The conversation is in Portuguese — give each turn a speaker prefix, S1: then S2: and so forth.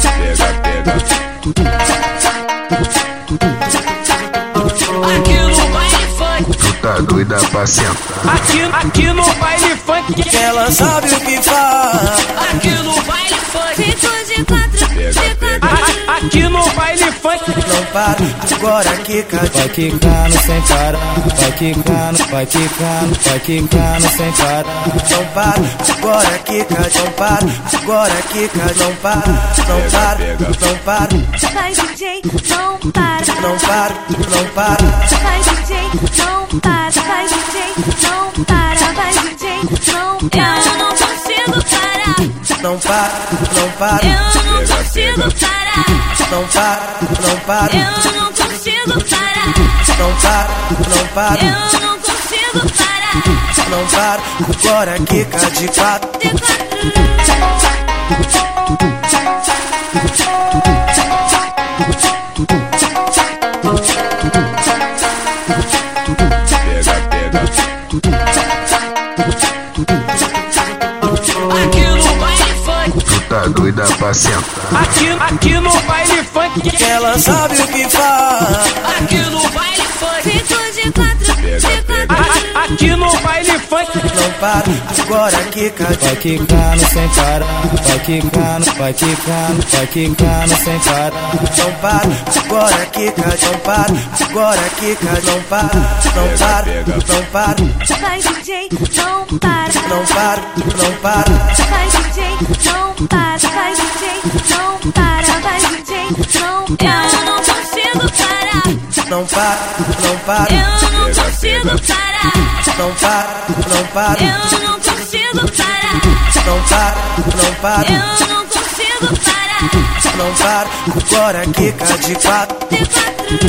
S1: 아, 뭐
S2: 어,
S3: Tá doida pra sentar.
S4: Aqui, aqui no baile funk ela sabe o que faz. Aqui no baile funk.
S2: Fico de quatro, de
S4: a-
S2: quatro.
S4: a- Aqui no baile funk. Não para, agora quica.
S1: Vai quicando sem parar, vai quicando, vai quicando, vai quicando sem parar.
S4: Não para, agora quica. Não para, agora quica. Não para, não para, não para,
S2: Vai DJ, não para.
S4: não para, não para.
S2: Vai DJ, não para. Vai Então DJ, não para. Vai DJ, não para. Eu não consigo parar.
S4: Não para, não para,
S2: Eu não consigo parar.
S4: não para, não para,
S2: Eu não consigo parar.
S4: não para, não para,
S2: Eu não consigo parar.
S4: não para. Agora quica de quatro.
S2: De quatro.
S4: Aqui no baile funk.
S3: Tá doida pra sentar.
S4: Aqui, aqui no baile funk ela sabe o que faz. Aqui no baile funk.
S2: Fico de quatro, de
S4: A-
S2: quatro.
S4: a- aqui no baile funk. Não para, agora quica.
S1: Vai quicando sem parar, vai quicando, vai quicando, vai quicando sem parar.
S4: Não para, agora quica. Não para, agora quica. Não para, não para, não para,
S2: Vai DJ, não para.
S4: não para, não para.
S2: Vai DJ, não para. Vai DJ, não para. Vai DJ, não para. Eu não consigo parar.
S4: Não para, não para,
S2: Eu não consigo parar.
S4: não para, não para,
S2: Eu não consigo parar.
S4: não para, não para,
S2: Eu não consigo parar.
S4: não para. Agora quica de quatro.
S2: De quatro.